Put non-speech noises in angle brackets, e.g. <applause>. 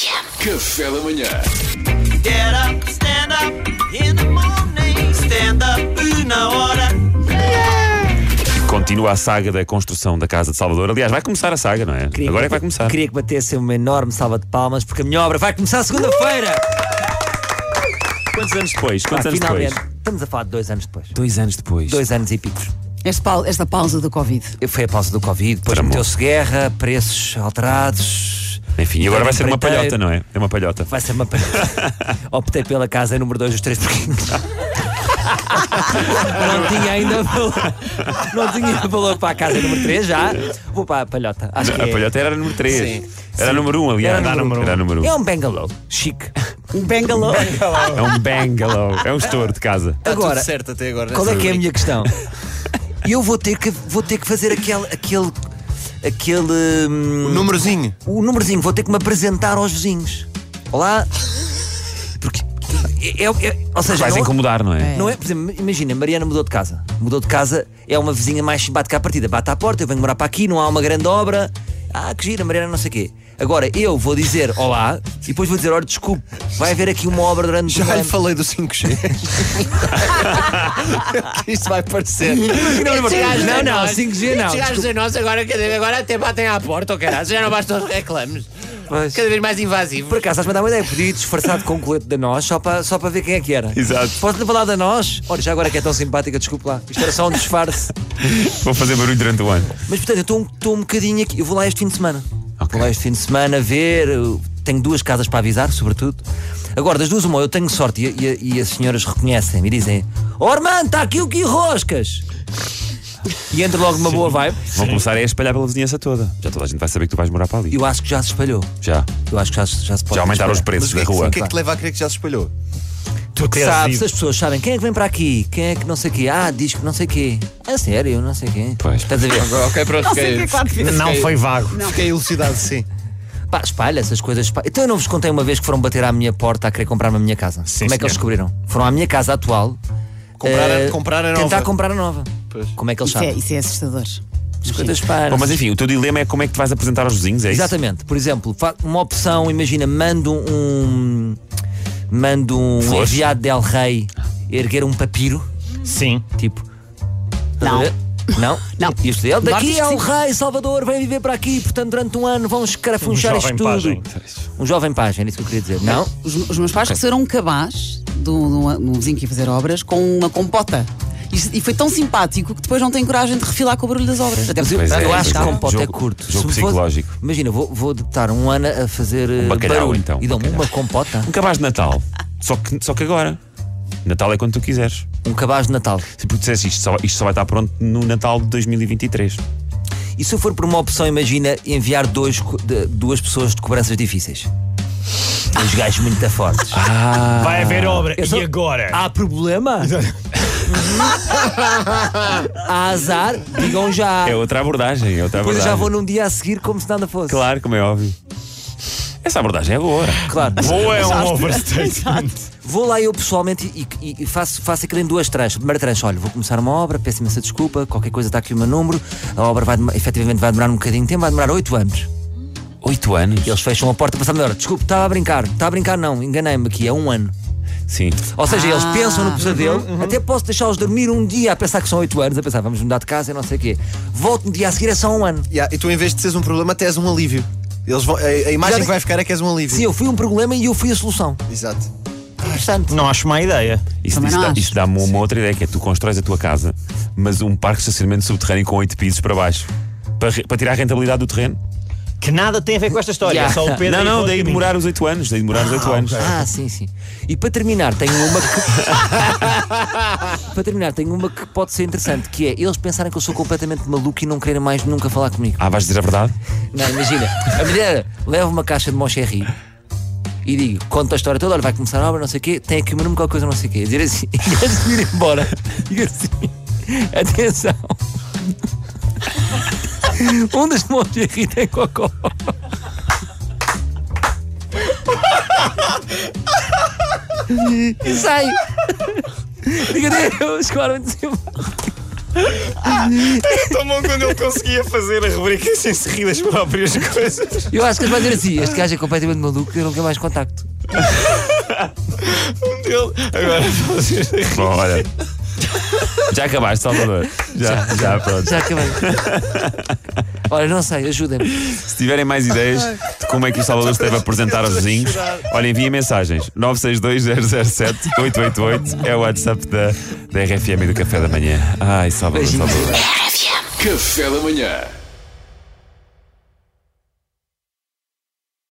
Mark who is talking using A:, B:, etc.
A: Café da manhã.
B: Get up, stand up in the morning. Stand up uh, na hora.
C: Continua a saga da construção da Casa de Salvador. Aliás, vai começar a saga, não é? Agora é que vai começar.
D: Queria que batesse uma enorme salva de palmas, porque a minha obra vai começar segunda-feira!
C: Quantos anos depois? Uh! Quantos
D: Ah,
C: anos
D: finalmente.
C: depois?
D: Estamos a falar de dois anos depois.
C: Dois anos depois.
D: Dois anos e picos.
E: Este pau- Esta pausa do Covid.
D: Foi a pausa do Covid, depois
C: Tramou.
D: meteu-se guerra, preços alterados.
C: Enfim, e agora vai ser uma
D: Empreiteiro.
C: palhota, não é? É uma palhota.
D: Vai ser uma.
C: <laughs>
D: Optei pela casa número 2 dos três porquinhos. não tinha ainda valor. Não tinha valor para a casa número 3 já. Vou para a palhota. Acho que
C: A
D: é.
C: palhota era a número 3.
D: Sim.
C: Era a número 1, um, aliás.
D: Era a número um.
C: Era a número 1.
D: É um bungalow. Chique. Um bungalow.
C: É um bangalow. É um estouro de
D: <laughs>
C: casa.
D: Agora,
F: Tudo certo até agora. né?
D: Qual é que é a minha questão? Eu vou ter que, vou ter que fazer aquele. aquele. aquele. hum,
F: Númerozinho.
D: o númerozinho, vou ter que me apresentar aos vizinhos. Olá. Porque. É, é- é- ou seja,
C: Vais
D: não,
C: incomodar, não é?
E: É.
D: não é. Por exemplo, imagina, Mariana mudou de casa. Mudou de casa, é uma vizinha mais simpática à partida. Bate à porta, eu venho morar para aqui, não há uma grande obra. Ah, que gira, Mariana, não sei o quê. Agora eu vou dizer olá e depois vou dizer, olha, desculpe, vai haver aqui uma obra durante
F: Já
D: durante-
F: lhe falei
D: <laughs>
F: do <laughs> 5G. Isto vai parecer. É
D: Não, não, 5G não.
G: Chegares a nós agora, quer dizer, agora até batem à porta, ou caralho, já não basta os reclames.
D: Pois.
G: Cada vez mais invasivos.
D: Por acaso, estás-me a dar uma ideia? Podia ir disfarçado com um colete da nós só para, só para ver quem é que era.
C: Exato.
D: Posso-lhe falar da nós? Olha, já agora que é tão simpática, desculpe lá. Isto era só um disfarce.
C: Vou fazer barulho durante o ano.
D: Mas portanto, eu estou um, estou um bocadinho aqui. Eu vou lá este fim de semana.
C: Ok.
D: Vou lá este fim de semana ver. eu Tenho duas casas para avisar, sobretudo. Agora, das duas, uma, eu tenho sorte e, e- e as senhoras reconhecem-me e dizem: Oh, Armando, está aqui o que roscas! E entro logo numa boa vibe.
C: Vão começar a espalhar pela vizinhança toda. Já toda a gente vai saber que tu vais morar para ali.
D: Eu acho que já se espalhou.
C: Já.
D: Eu acho que já, se- já se pode.
C: Já aumentaram os
D: espalhar.
C: preços
F: Mas
C: da
F: o que, é que,
C: rua.
F: o que é que te leva a crer que já se espalhou?
D: Tu que sabes, as pessoas sabem quem é que vem para aqui, quem é que não sei o quê, ah, diz que não sei o quê. É sério, não sei o quê.
C: Pois.
D: Estás a ver?
F: Ok, pronto.
E: Não sei o que é quatro vezes.
F: Não foi
G: vago.
F: Fiquei elucidado, sim.
D: <laughs> Pá, espalha essas coisas. espalha. Então eu não vos contei uma vez que foram bater à minha porta a querer comprar-me a minha casa. Como é que eles descobriram? Foram à minha casa atual.
F: Comprar a-
D: eh,
F: comprar a
D: Tentar
F: nova.
D: comprar a nova.
F: Pois.
D: Como é que eles
E: Isso é,
D: sabem?
E: isso é assustador.
D: As coisas espalham.
C: Bom, mas enfim, o teu dilema é como é que tu vais apresentar aos vizinhos, é isso?
D: Exatamente. Por exemplo, fa- uma opção, imagina, mando um. Mando um
C: Flores?
D: enviado del rei erguer um papiro. Sim. Tipo.
E: Não.
D: Não?
E: <laughs> Não.
D: E este dele,
E: Claro
D: daqui
E: que
D: é o
E: sim.
D: rei Salvador, vem viver para aqui, portanto durante um ano vão escarafunchar
H: Um
D: isto
H: jovem
D: tudo.
H: pajem.
C: Então,
D: Um jovem página, era isso que eu queria dizer. Não?
E: Os, os meus pais receberam um cabaz de um, de um vizinho que ia fazer obras com uma compota. E, e foi tão simpático que depois não tem coragem de refilar com o barulho das obras. Até porque
C: Pois é,
D: eu
C: pois
D: acho que
C: é.
D: o compote é
C: Jogo-
D: curto.
C: jogo
D: Se me fosse-
C: psicológico.
D: imagina, vou, vou deputar um ano a fazer eh,
C: bacalhau,
D: barulho
C: então,
D: e dão-me
C: bacalhau.
D: uma compota,
C: Um cabaz de Natal. Só que, só que agora. Natal é quando tu quiseres.
D: um cabaz de Natal.
C: Se tu dissesse isto só, isto só vai estar pronto no Natal de 2023.
D: E se eu for por uma opção, imagina enviar dois, co- de- duas pessoas de cobranças difíceis. Uns gajos muito
C: <laughs>
D: fortes.
C: Ah.
H: Vai haver obra.
D: Eu sou-
H: E agora?
D: Há problema? Uhum. Há azar? Digam já.
C: É outra abordagem, é outra
D: Depois eu
C: abordagem.
D: já vou num dia a seguir como se nada fosse.
C: Claro, como é óbvio. Essa abordagem é boa.
D: Claro.
H: Ou é um overstatement.
D: Vou lá eu pessoalmente e, e- e faço, faço aquilo em duas tranches. Primeira tranche, olha, vou começar uma obra, peço imensa desculpa, qualquer coisa está aqui o meu número, a obra vai, demor- efetivamente vai demorar um bocadinho de tempo, vai demorar oito anos.
C: Oito anos?
D: Eles fecham a porta passando a hora. Desculpe, estava a brincar, estava a brincar, não, enganei-me aqui, é um ano.
C: Sim.
D: Ou seja,
E: Ah,
D: eles pensam no pesadelo, até posso deixá-los dormir um dia a pensar que são 8 anos, a pensar vamos mudar de casa e não sei o quê. Volto no dia a seguir, é só um ano.
F: Yeah, e tu, em vez de seres um problema, até és um alívio. Eles vão, a, a imagem
D: Já-
F: que vai ficar é que és um alívio.
D: Sim, eu fui um problema e eu fui a solução.
F: Exato.
D: Interessante.
H: Não acho má ideia.
C: Isso,
E: Também
C: isso
E: não
C: dá-
E: acho.
C: isso dá-me uma outra ideia, que é tu constróis a tua casa, mas um parque de estacionamento subterrâneo com oito pisos para baixo. Para, re- para tirar a rentabilidade do terreno?
H: Que nada tem a ver com esta história.
D: Yeah.
H: Só o Pedro
C: não,
H: e é
C: não,
H: o
C: daí
H: Caminho.
C: demorar os oito anos. Daí demorar os oito anos.
D: Ah, sim, sim. E para terminar, tenho uma que. <laughs> para terminar, tenho uma que pode ser interessante, que é eles pensarem que eu sou completamente maluco e não querem mais nunca falar comigo.
C: Ah, vais dizer a verdade?
D: Não, imagina, a mulher leva uma caixa de Moncherry e digo, conta a história toda, olha, vai começar a obra, não sei o quê, tem aqui o meu nome, qualquer coisa, não sei o quê. Dizer assim, <laughs> e antes de ir embora, diga assim, atenção. Um dos Moncherry tem cocó. E sai. Diga Deus, claro,
A: Era tão bom quando ele conseguia fazer a rubrica sem se rir das próprias coisas.
D: Eu acho que eles vão dizer assim: este gajo é completamente maluco, eu não quero mais contacto.
A: Um dele. Agora vocês
C: Bom, olha. Já acabaste, Salvador. Já, já, pronto.
D: Já acabei. Olha, não sei, ajudem-me.
C: Se tiverem mais ideias de como é que o Salvador se deve apresentar aos vizinhos, olha, envia mensagens. 962-007-888 é o WhatsApp da, da RFM e do Café da Manhã. Ai, Salvador,
D: Beijinhos.
C: Salvador.
I: Café da Manhã